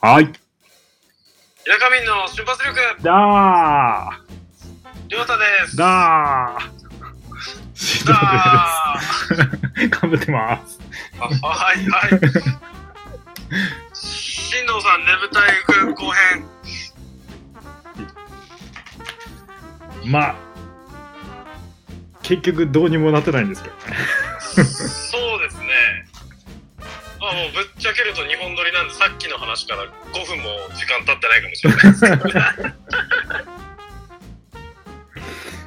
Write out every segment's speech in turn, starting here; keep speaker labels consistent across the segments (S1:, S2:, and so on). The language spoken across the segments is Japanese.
S1: はい。
S2: 田舎民の瞬発力、
S1: だ
S2: りょうたです。
S1: ーだーシ ート
S2: だー
S1: ベルです。かぶってます。
S2: あはい はい。新藤さん、ねぶたへ行く後編。
S1: まあ、結局どうにもなってないんですけどね。
S2: そうですね。まあもうぶっちゃけると日本撮りなんで、さっきの話から5分も時間経ってないかもしれないですけど。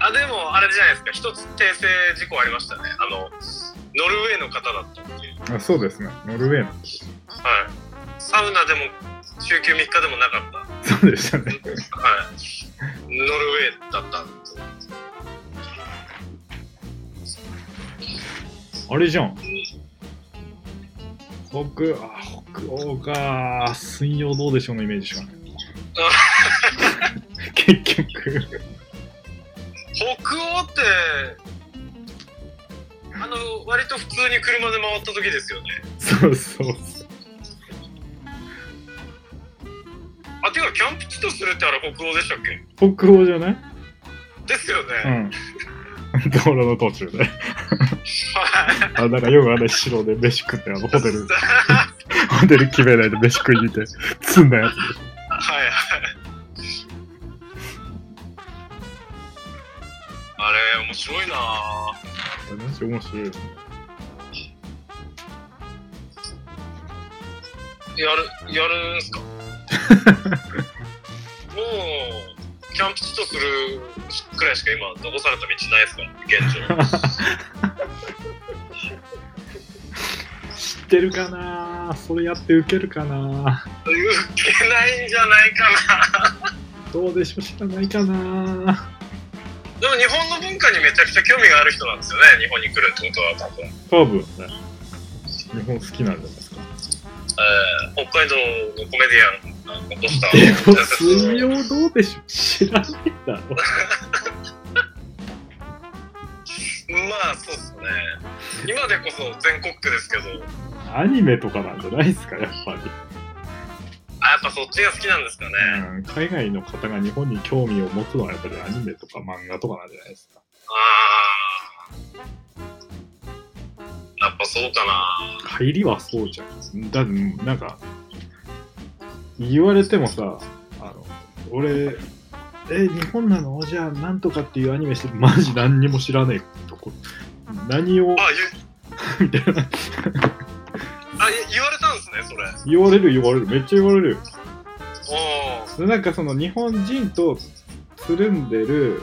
S2: あでも、あれじゃないですか、一つ訂正事項ありましたね。あの、ノルウェーの方だったっていう。
S1: あそうですね。ノルウェーの。
S2: はい。サウナでも週休3日でもなかった。
S1: そうでしたね。
S2: はい。ノルウェーだったんですよ。
S1: あれじゃん。北、あ、北欧か。水曜どうでしょうのイメージしかない。 結局。
S2: 北欧って、あの、割と普通に車で回った時ですよね。
S1: そうそうそう。
S2: あ、てか、キャンプ地とするってあれ北欧でしたっけ
S1: 北欧じゃない
S2: ですよね。
S1: う
S2: はい。、
S1: ん。道路の途中で。あ、なんかよくあれ、白で飯食って、あの、ホテル
S2: は
S1: ホテル決めないで飯食いに行って、積んだやつ。
S2: いはい。あれ、面白いなぁ。
S1: マジ面白いよね。
S2: やる、やるんすかもう、キャンプ地とするくらいしか今、残された道ないですから、現状。
S1: 知ってるかなそれやってウケるかな
S2: 受けないんじゃないかな。
S1: どうでしょう知らないかな
S2: でも日本の文化にめちゃくちゃ興味がある人なんですよね、日本に来るってことは多分。え
S1: 多分ね、日本好きなんじゃないですか。
S2: ー北海道のコメディアンが残した
S1: でも、
S2: 伝
S1: 水
S2: 説を。
S1: 曜どうでしょう知らないだろ。
S2: まあ、そうっすね。今でこそ全国区ですけど、
S1: アニメとかなんじゃないですか、やっぱり。
S2: あやっぱそっちが好きなんですかね。
S1: うん海外の方が日本に興味を持つのはやっぱりアニメとか漫画とかなんじゃないですか。
S2: あーやっぱそうかな。
S1: 入りはそうじゃん。だってもうなんか、言われてもさ、あの、俺、え、日本なのじゃあなんとかっていうアニメして、マジ何にも知らねえとこ。何を、
S2: あ、ゆ
S1: みたいな。
S2: あ、い言われたんですね、それ。
S1: 言われる言われる。めっちゃ言われるよ。
S2: おー
S1: でなんかその日本人とつるんでる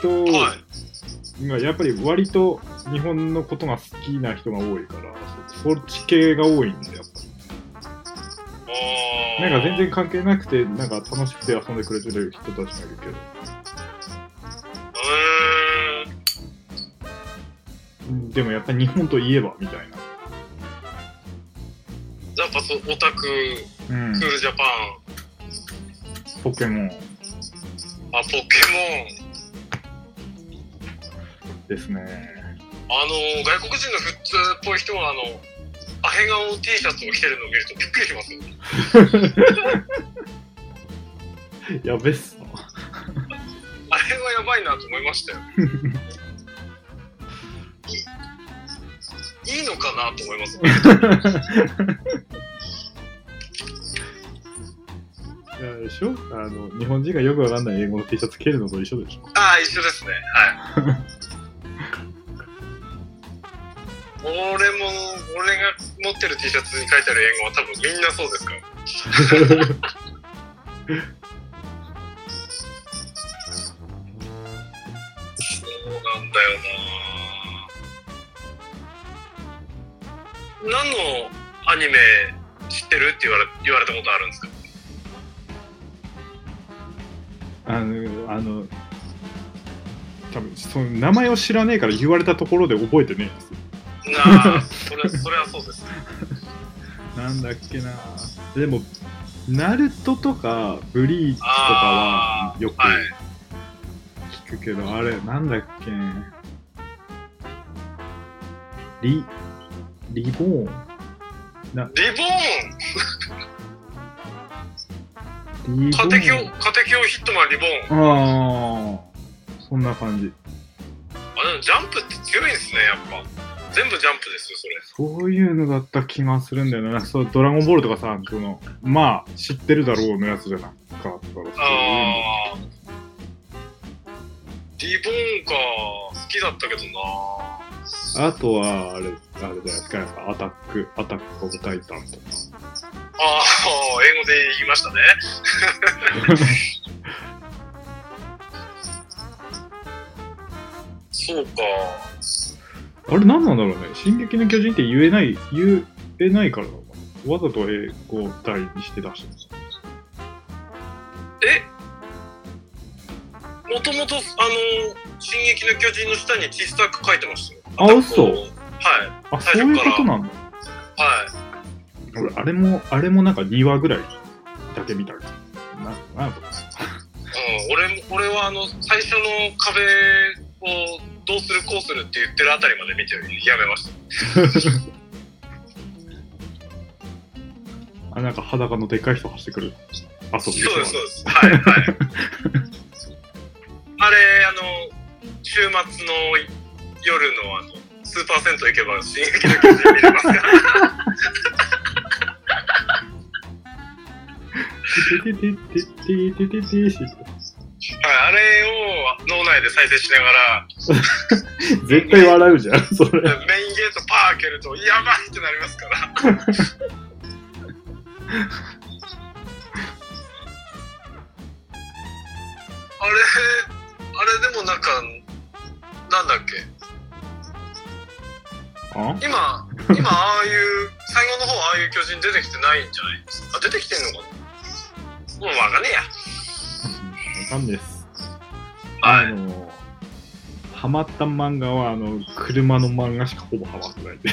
S1: 人
S2: はい。
S1: がやっぱり割と日本のことが好きな人が多いからそそっち系が多いんでやっ
S2: お
S1: ぱ
S2: ー
S1: なんか全然関係なくてなんか楽しくて遊んでくれてる人たちがいるけ
S2: うーん。
S1: どでもやっぱり日本といえばみたいな、
S2: やっぱそう、オタク、クールジャパ
S1: ポケモン
S2: ン、あ、ポケモン、
S1: ですね
S2: あのー、外国人の普通っぽい人は、あの、アヘ顔 T シャツを着てるのを見るとびっくりしますよ。
S1: やべっすな
S2: あれはやばいなと思いましたよ。いいいのかなと思います。
S1: いやでしょあの日本人がよくわかんない英語の T シャツ着るのと一緒でしょ
S2: ああ、一緒ですね。はい。俺も、俺が持ってる T シャツに書いてある英語は多分みんなそうですから。そうなんだよな何のアニメ知ってるって言われ言われたことあるんですか
S1: あの、あの、多分その名前を知らねえから言われたところで覚えてねえんですよ。
S2: なあ、それそれはそうですね。
S1: なんだっけなでも、ナルトとか、ブリーチとかは
S2: あー
S1: よく
S2: はい
S1: 聞くけど、あ,、れ、なんだっけリ、リボーン
S2: リボーン
S1: リボ
S2: 家庭教、家
S1: ーン。
S2: 庭教ヒットマンリボーン。
S1: ああ、そんな感じ。
S2: あ、でもジャンプって強いんですね、やっぱ。全部ジャンプですよ、それ。
S1: そういうのだった気がするんだよね。なんかそうドラゴンボールとかさ、その、まあ、知ってるだろうのやつじゃなかったら。そういうの
S2: ああ。リボーンか、好きだったけどな。
S1: あとは、あれ、あれじゃないですか、やっぱアタック、アタックオブタイタンとか。
S2: ああ、英語で言いましたね。そうか。
S1: あれ何なんだろうね。進撃の巨人って言えない、言えないからなのかな。わざと英語題にして出してます。
S2: えもともと、あの、進撃の巨人の下に小さく書いてましたよ。
S1: あ嘘
S2: はい。
S1: あ、そういうことなんだ。
S2: はい。
S1: 俺、あれも、あれもなんか2話ぐらいだけ見たけど。な、なんだ
S2: う
S1: ろ
S2: ん、俺も俺はあの最初の壁をどうするこうするって言ってるあたりまで見てやめました
S1: うあ、なんか裸のでかい人走ってくる。遊
S2: そう
S1: び
S2: ですそ
S1: でしょ
S2: うですはいはいあれあの週末の夜のあのスーパー銭湯行けば「進撃の巨人」見れますから
S1: てててててててててて
S2: はいあれを脳内で再生しながら
S1: 絶対笑うじゃん、それ。
S2: メインゲートパー開けるとやばいってなりますから あれあれでもなんかなんだっけ
S1: あ
S2: 今今ああいう最後の方ああいう巨人出てきてないんじゃないですかあ出てきてんのかなもうわかんねえや
S1: わかんないです。
S2: はい
S1: あの、ハマった漫画は、あの、車の漫画しかほぼハマってないんで。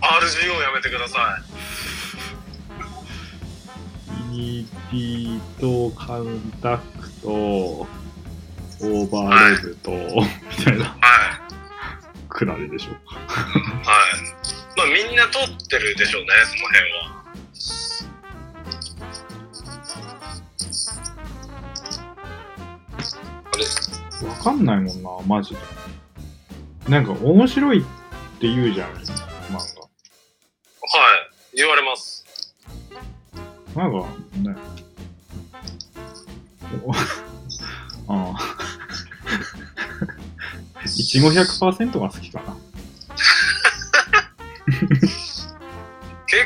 S2: RGO やめてください
S1: ET とカウンタクト、オーバーレブと、みたいな
S2: はい
S1: くだりでしょ。
S2: はいまあみんな通ってるでしょうねその辺は
S1: わかんないもんな、マジで。なんか、面白いって言うじゃん、漫
S2: はい言われます
S1: 画。なんか、ね。お ああ。いちご100%が好きかな。
S2: 結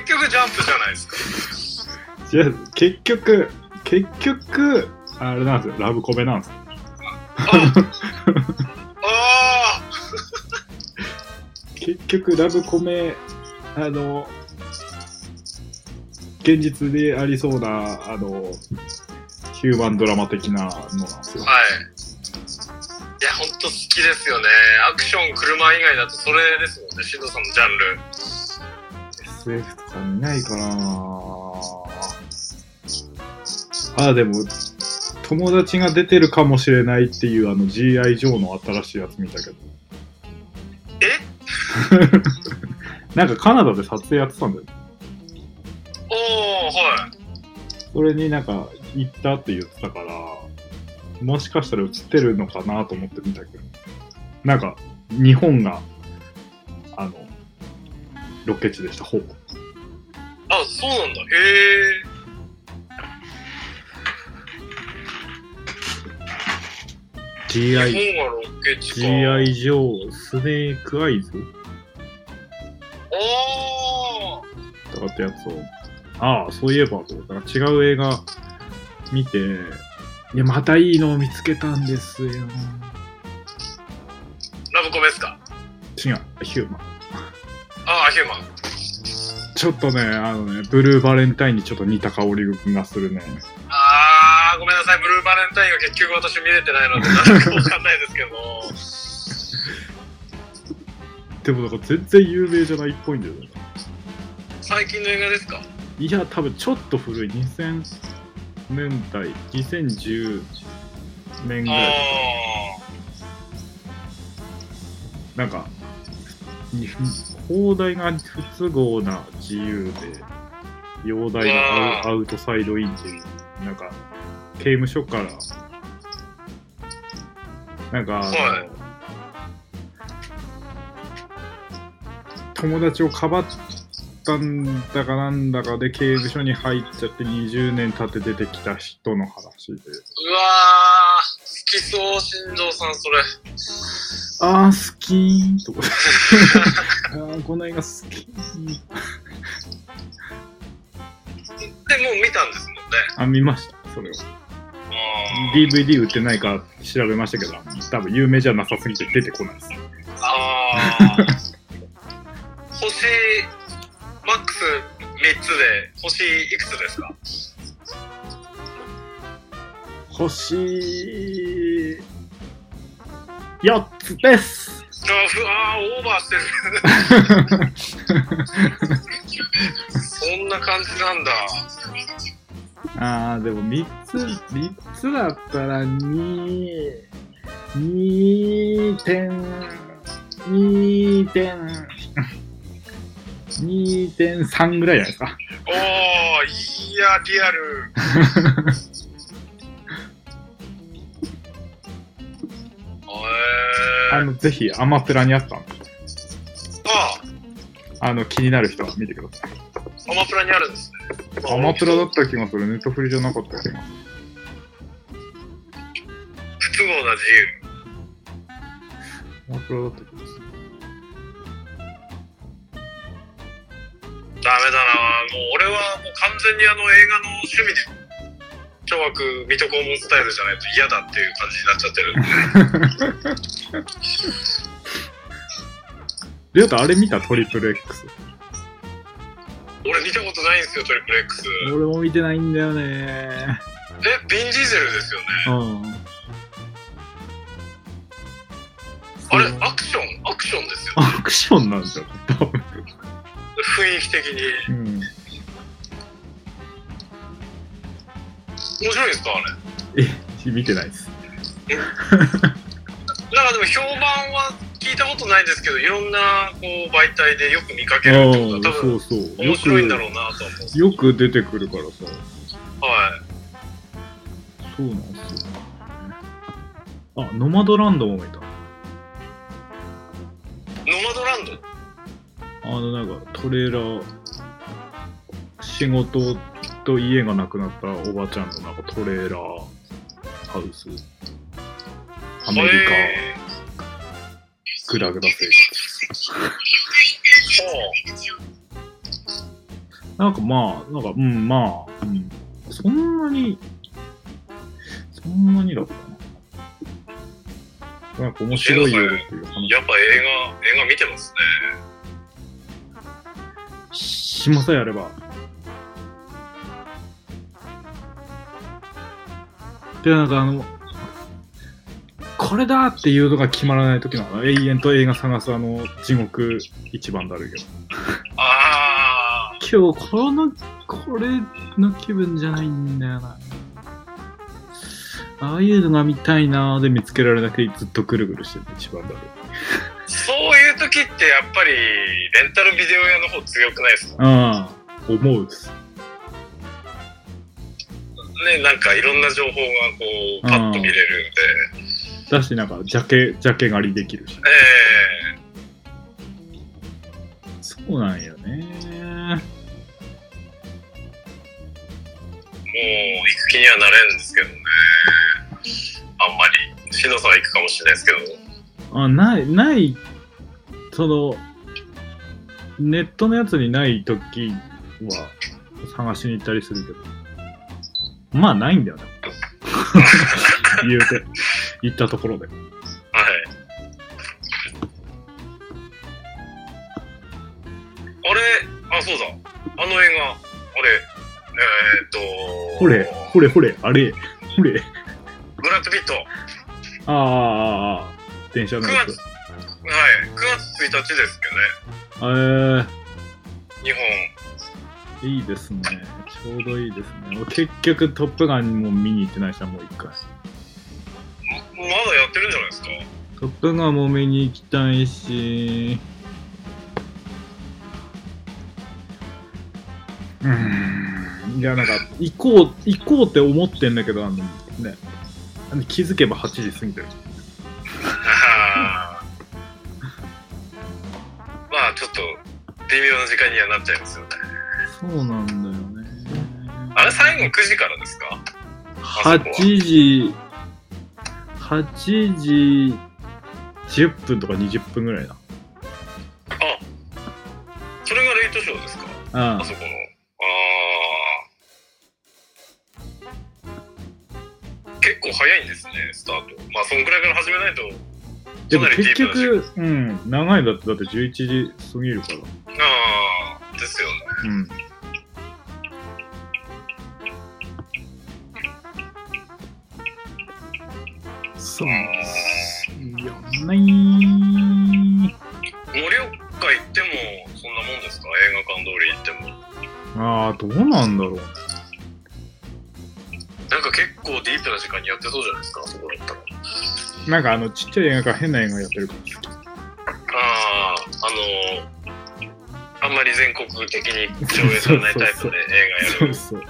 S2: 局ジャンプじゃないですか
S1: じゃあ結局、結局、あれなんですよ、ラブコメなんですよ。
S2: ああ
S1: 結局、ラブコメ、あの、現実でありそうな、あの、ヒューマンドラマ的なのなんですよ。
S2: はいいやほんと好きですよねアクション車以外だとそれですもんねしんどさんのジャンル
S1: SF とか見ないからなああ、でも、友達が出てるかもしれないっていう、あの、G.I. ジョーの新しいやつ見たけど。
S2: え
S1: なんかカナダで撮影やってたんだよ。
S2: おおはい
S1: それになんか行ったって言ってたから、もしかしたら映ってるのかなと思って見たけど、なんか日本が、あの、ロケ地でした、ほぼ。
S2: あそうなんだへえ日
S1: GI、
S2: 本はロケ地か
S1: GI ジョー、スネークアイズ
S2: おお
S1: とかってやつを、ああ、そういえばと思ったら違う映画見て、いや、またいいのを見つけたんですよ。違う、
S2: ラブコメですか
S1: ヒューマン。
S2: ああヒューマン
S1: ちょっとね、あのね、ブルーバレンタインにちょっと似た香りがするね。
S2: あーごめんなさいブルーバレンタインが結局私見れてないので何か分かんないですけど
S1: でもなんか全然有名じゃないっぽいんだよね。
S2: 最近の映画ですか
S1: いや、多分ちょっと古い。2000年代、2010年ぐ
S2: あ
S1: らい。
S2: あ
S1: なんか、に広大な不都合な自由で、容大なアウアウトサイドインっていう、なんか、刑務所から、なんか、あ
S2: は
S1: の
S2: い
S1: 友達をかばったんだかなんだかで刑務所に入っちゃって20年経って出てきた人の話で。
S2: うわー、好きそう、新庄さん、それ。
S1: あー、好きーとか。 あー、この映画好
S2: で、
S1: きー。
S2: もう見たんですもんね。
S1: あ、見ました、それを。
S2: あ
S1: DVD 売ってないか調べましたけど、多分有名じゃなさすぎて出てこないです。
S2: ーあー。星、マックス3つで、星いくつですか
S1: 星、4つです
S2: あふあー、オーバーしてる。そんな感じなんだ。
S1: あー、でも3つ、三つだったら2、2点、2点、2.3ぐらいじゃないですか。
S2: おー、いや、リア ル。え
S1: あ
S2: ー、
S1: の、ぜひアマプラにあったんで、
S2: あ
S1: あの、気になる人は見てください。
S2: アマプラにあるんですね。
S1: アマプラだった気がする。ネットフリじゃなかった気がする
S2: 不都合な自由。
S1: アマプラだった気がする。
S2: ダメだなもう俺はもう完全にあの映画の趣味で超悪水戸黄門スタイルじゃないと嫌だっていう感じになっちゃってるんで
S1: りょうたあれ見たトリプル X。
S2: 俺見たことないんですよトリプル X
S1: 俺も見てないんだよね
S2: えビン・ディーゼルですよね
S1: う
S2: あ
S1: ん。
S2: れアクションアクションですよ
S1: アクションなんですよ、多分。
S2: 雰囲気的に
S1: うん。
S2: 面白いですかあれ
S1: え、見てないです。
S2: なんかでも評判は聞いたことないですけどいろんなこう媒体でよく見かけるってことは多
S1: そ
S2: 分
S1: うそう。
S2: 面白いんだろう
S1: う
S2: なとは思うんです
S1: よく。よく出てくるからさ。
S2: はい
S1: そうなんですよ。あ、ノマドランドも見た。
S2: ノマドランド
S1: あの、なんか、トレーラー、仕事と家がなくなったおばちゃんのなんかトレーラーハウス。アメリカ、
S2: え
S1: グラグラ生活。
S2: ーはあ
S1: なんかまあ、なんか、うん、まあ、うん、そんなに、そんなにだったかな。なんか面白いよっていう話
S2: やっぱ映画、映画見てますね。
S1: 暇さえあれば。で、なんかあの、これだっていうのが決まらない時なの。永遠と映画探すあの、地獄一番だるいけど。
S2: ああ、
S1: 今日このこれの気分じゃないんだよなああいうのが見たいなーで見つけられなくてずっとぐるぐるしてる一番だ
S2: そういう時ってやっぱり、レンタルビデオ屋の方強くないですか
S1: ああ思うっす
S2: ね、なんかいろんな情報がこう、パッと見れるんで。
S1: だしなんかジャケジャケ狩りできるし
S2: え
S1: そうなんよね
S2: えもう、行く気にはなれんですけどね。あんまり。しのさんは行くかもしれないですけど。
S1: あないないそのネットのやつにない時は探しに行ったりするけどまあないんだ よね言うて行ったところで
S2: はい。あれ、あ、そうだ。あの映画、あれ、えー、っと、
S1: ほれ、ほれほれ、あれ、ほれ。
S2: ブラッド・ピット。
S1: あーあー、あー電車のやつ。
S2: はい、9月1日ですけ
S1: え
S2: ど
S1: ー、
S2: ね、日本。
S1: いいですね。ちょうどいいですね。俺結局、トップガンも見に行ってないしな、もう一回。
S2: まだやってるんじゃないですか。
S1: トップガンも見に行きたいし、うーんいや、なんか、行こう、行こうって思ってんだけど、あの、ね、あの気づけば8時過ぎてる。
S2: あーまあちょっと微妙な時間にはなっちゃいますよね
S1: そうなんだよね。
S2: あれ最後9時からですか
S1: 8時、8時10分とか20分ぐらいだ。
S2: あそれがレイトショーですか
S1: うん
S2: あ。そこのああ結構早いんですねスタートまあそんくらいから始めないと
S1: でも
S2: かな
S1: 結
S2: りディープ
S1: 局、うん、長いんだって、だって11時過ぎるから。
S2: ああですよね
S1: うん。そうよね
S2: 盛岡行ってもそんなもんですか映画館通り行っても
S1: ああ、どうなんだろう。
S2: なんか結構ディープな時間にやってそうじゃないですかそこだったら
S1: なんかあの、ちっちゃい映画館、変な映画やってるから好き。
S2: あああのーあんまり全国的に上映されないタイプで映画や
S1: そう
S2: る
S1: そう。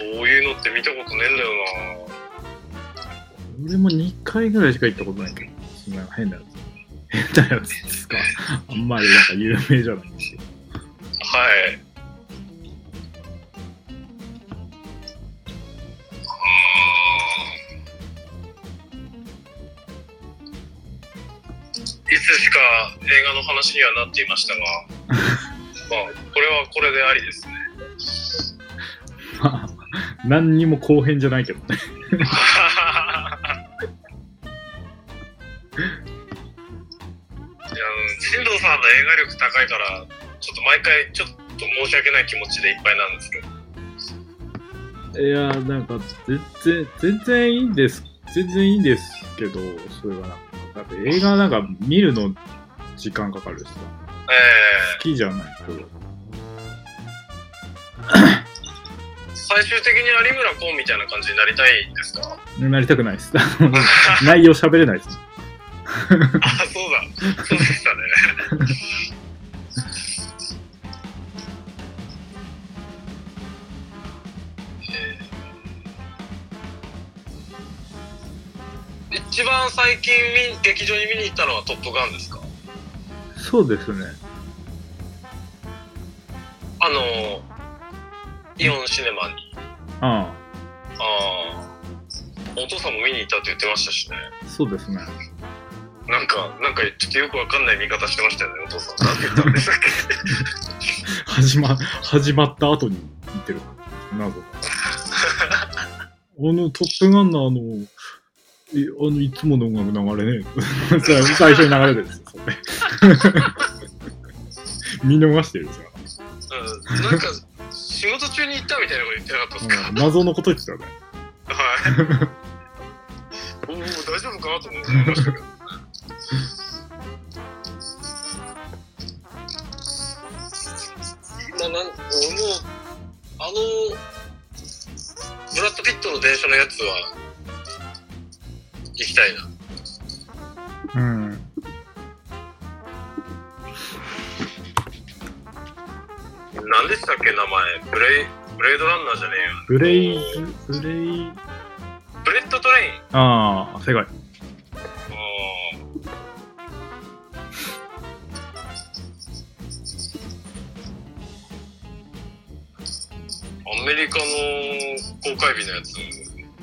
S2: そういうのって見たことねえんだよな
S1: 俺も2回ぐらいしか行ったことないけど、そんな変なやつ。変なやつですか。あんまりなんか有名じゃないし。
S2: はいいつしか映画の話にはなっていましたがまあこれはこれでありですね
S1: まあ、何にも後編じゃないけどね。
S2: いや進藤さんの映画力高いからちょっと毎回ちょっと申し訳ない気持ちでいっぱいなんですけど
S1: いやー、なんか、全然、全然いいんです。全然いいんですけど、それはなんか、だって映画なんか見るの時間かかるしさ、
S2: え
S1: 好きじゃないと。
S2: ー、最終的に有村昆みたいな感じになりたいんですか
S1: なりたくないです。 内容喋れないです。
S2: あそうだそうでしたねえー一番最近見劇場に見に行ったのは「トップガン」ですか
S1: そうですね。
S2: あのイオンシネマに
S1: あ
S2: ああお父さんも見に行ったって言ってましたしね
S1: あ、そうですね。
S2: なんかなんかちょっとよくわかんない見方してましたよねお父さんなんて言ったんでしたっけ
S1: 始ま、始まった後に見てるから。なぜか。あの、トップガンのあの、いあのいつもの音楽流れねえ。 それ最初に流れてるんですよ、それ 見逃してるんですよ。
S2: うんなんか仕事中に行ったみたいなこと言ってなかったですか、
S1: うん謎のこと言ってたね。
S2: はいおお大丈夫かなと思ってましたけど今なんもうあのブラッド・ピットの電車のやつは行きたいな
S1: うん。
S2: 何でしたっけ名前ブレイブレードランナーじゃねえよ
S1: ブレイズ、ブレイ、
S2: ブレッドトレイン
S1: ああ、世界。
S2: あーアメリカの公開日のやつ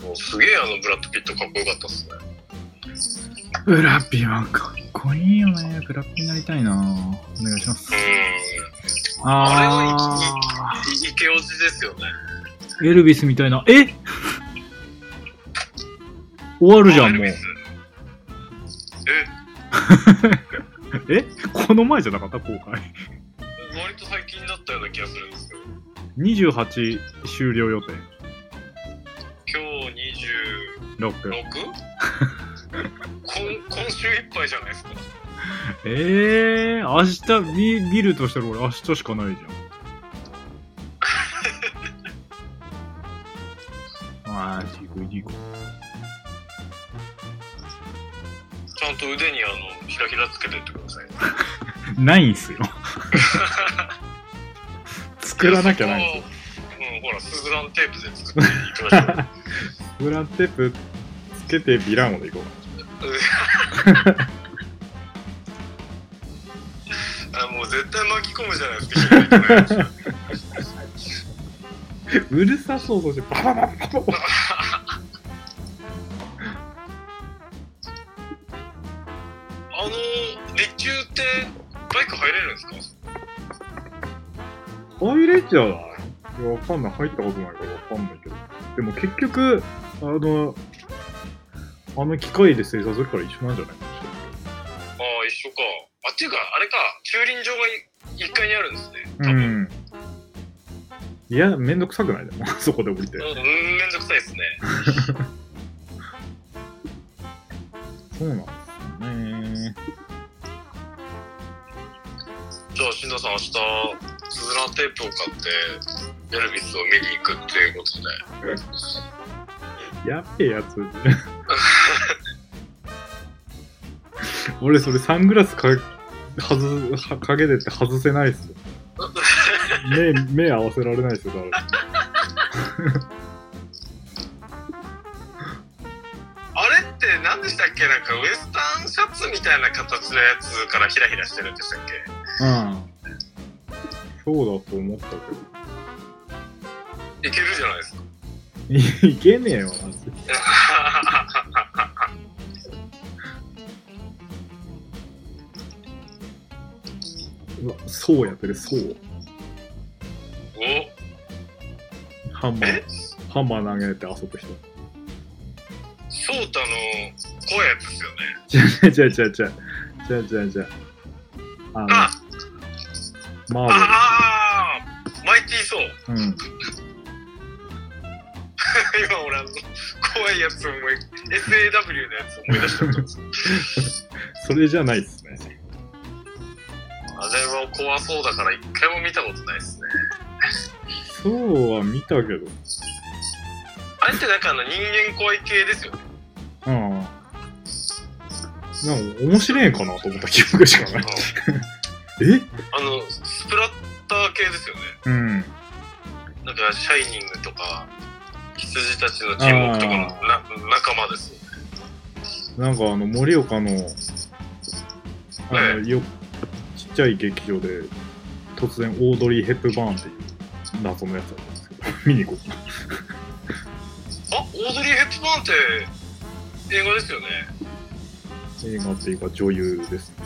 S2: もうすげえあのブラッド・ピットかっこよかったっすね
S1: ブラピはかっこいいよね。ブラピになりたいな。お願いします。
S2: う
S1: ああ、
S2: んいイケオジですよね
S1: エルビスみたいな。え終わるじゃん、もう
S2: エル。ビス
S1: え この前じゃなかった公開。
S2: え割と最近だったような気がするんですけど
S1: 28終了予定。
S2: 今日
S1: 6。
S2: 26? 今今週いっぱいじゃないですか
S1: ええー、明日見、見るとしたら俺明日しかないじゃん。ああ、DVD か。
S2: ちゃんと腕にあのひらひらつけてってください
S1: ないんすよ。作らなきゃないんですよ。
S2: うん、ほら、スズランテープで作っていきま しょう。
S1: ブランテープつけてビラーモでいこう
S2: あもう絶対巻き込むじゃないですか。
S1: かな。うるさそうとしてババババババ
S2: あの、立中ってバイク入れるんですか
S1: ハイレッジャーだ。いや、わかんない。入ったことないからわかんないけど。でも結局、あの、あの機械で生産するから一緒なんじゃないか
S2: ああ、一緒か。あ、っていうか、あれか、駐輪場が1階にあるんですね。多
S1: な
S2: 分。
S1: ん。いや、めんどくさくないでも、 そこで降りて。
S2: うん、うんめんどくさいですね。
S1: そうなんですよね。
S2: じゃあ、しんどさん明日、スズランテープを買って、エルビスを見に行くっていうことで。
S1: やべえやつ。 俺、それサングラスか、はず、はかけてって外せないっすよ。目、目合わせられないっすよ、誰
S2: あれって何でしたっけなんかウエスタンシャツみたいな形のやつからヒラヒラしてるんでしたっけ
S1: うん。そうだと思ったけど。
S2: いけるじゃないですか。
S1: いけねえよ、マジでうわそうやってる、そう。
S2: お
S1: ハンマー
S2: え、
S1: ハンマー投げて遊ぶ人。
S2: そうたの怖いやつですよね。
S1: じゃあじゃあじゃあじゃあじゃあじゃ
S2: あ
S1: あ。あの、マー
S2: ああマイティーソー。
S1: ベル。うん。
S2: 今俺あの怖いやつを思い SAW のやつを思い出しちゃったんです。
S1: それじゃないっすね。
S2: あれは怖そうだから一回も見たことないですね。
S1: そうは見たけど。
S2: あれってなんかあの人間怖い系ですよね。
S1: うん。なんか面白いんかなと思った記憶しかない。え
S2: あの、スプラッター系ですよね。
S1: うん。
S2: なんか、シャイニングとか、羊たちの沈黙とかのな仲間ですよ。
S1: なんかあの、盛岡の、あの、
S2: え
S1: よ、ちっちゃい劇場で、突然オードリー・ヘップバーンっていう謎のやつだったんですけど、 見に行こうかな。
S2: あ、オードリー・ヘップバーンって映画ですよね。
S1: 映画っていうか女優ですね。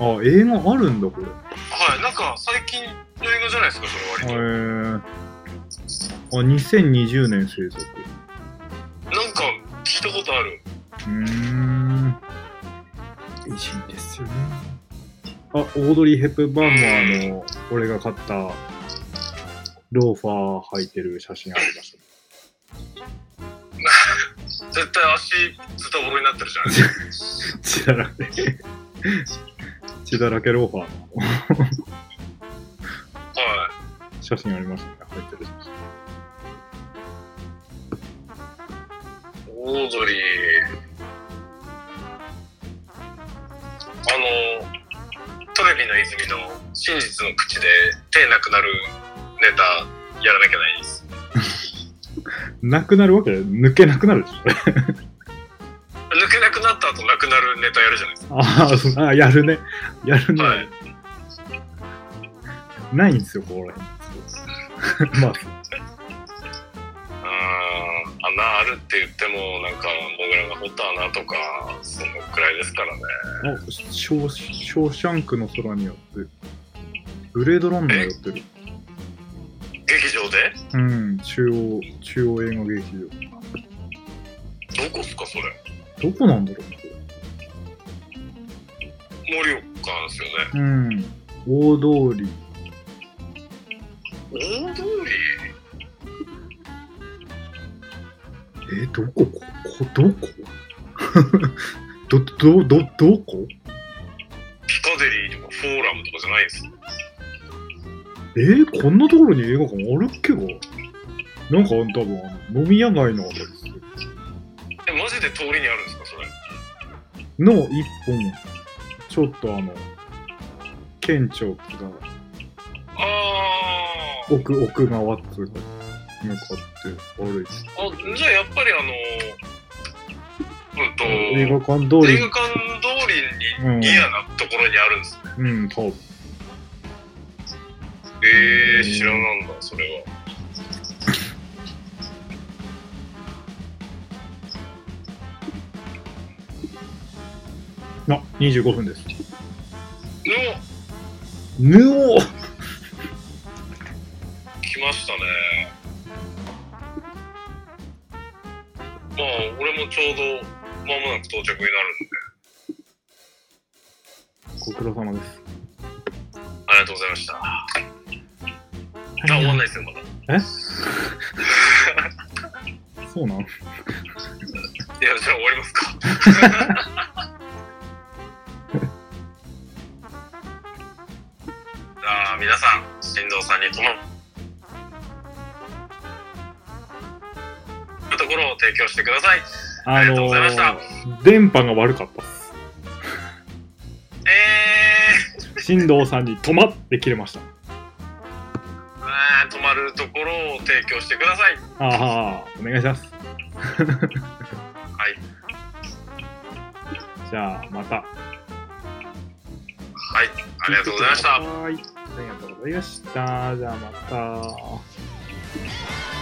S1: あ、映画あるんだ、これ。
S2: はい、なんか、最近の映画じゃないですか、そ
S1: へ
S2: れ
S1: え
S2: 割
S1: ー。あ、2020年制作。
S2: と。なんか、聞いたことある。
S1: うーん。美人ですよね。あ、オードリー・ヘップバーンもあの、俺が買った、ローファー履いてる写真ありました。
S2: 絶対足、ずたぼろになってるじゃないですか。
S1: 血だらけ。血だらけローファーの
S2: はい。
S1: 写真ありましたね。入ってる写
S2: オードリー。あの、トレビの泉の真実の口で手なくなるネタやらなきゃないです。
S1: 真。なくなるわけ抜けなくなるでしょ。
S2: 抜けなくなった後なくなるネタやるじゃないですか。
S1: あーそうあ、やるね。やるね。
S2: はい。
S1: ないんですよ、ここら辺。 まあ、
S2: あー穴あるって言っても、なんか、僕らが掘った穴とか、そのくらいですからね。
S1: あショーショーシャンクの空によって、ブレードランナーやってる。
S2: 劇場で
S1: うん、中央、中央映画劇
S2: どこっすか、それ。
S1: 場。どこなんだろ
S2: 盛岡ですよね。
S1: ううん。大通り。
S2: 大通り
S1: え、どこここどこ ど、ど、ど、どこ
S2: ピカデリーとかフォーラムとかじゃないんですよ。
S1: えーこんなところに映画館あるっけかなんか多分あの飲み屋街のあたりですよ
S2: え、マジで通りにあるんですか、それ。
S1: の一本、ちょっとあの、県庁が
S2: あ
S1: 奥、奥側っていうか、向かって歩いて。
S2: あ、じゃあやっぱりあの、うんと、
S1: 映
S2: 映
S1: 画館通り
S2: 画、館通り
S1: うん
S2: に嫌なところにあるんですね。
S1: うん、多分。
S2: えー、知らなんだ、それは。
S1: あ、25分です。
S2: でも、
S1: ぬお
S2: 来ましたね。まあ、俺もちょうど、まもなく到着になるんで、
S1: ご苦労様です。
S2: ありがとうございました。あ、終わんないですよ、まだ。
S1: そうなん
S2: いや、じゃあ終わりますか。 じゃあ、皆さん、新藤さんにとまところを提供してください。
S1: あ
S2: りがとうございました
S1: 電波が悪かったっす。
S2: え
S1: 新藤さんに止まって切れました。
S2: ー、あー止まるところを提供してください。
S1: ああ、お願いします。
S2: はい。
S1: じゃあ、また。
S2: はい、ありがとうございました。
S1: はい。ありがとうございました。じゃあ、また。
S3: 「君の声が聞こえる」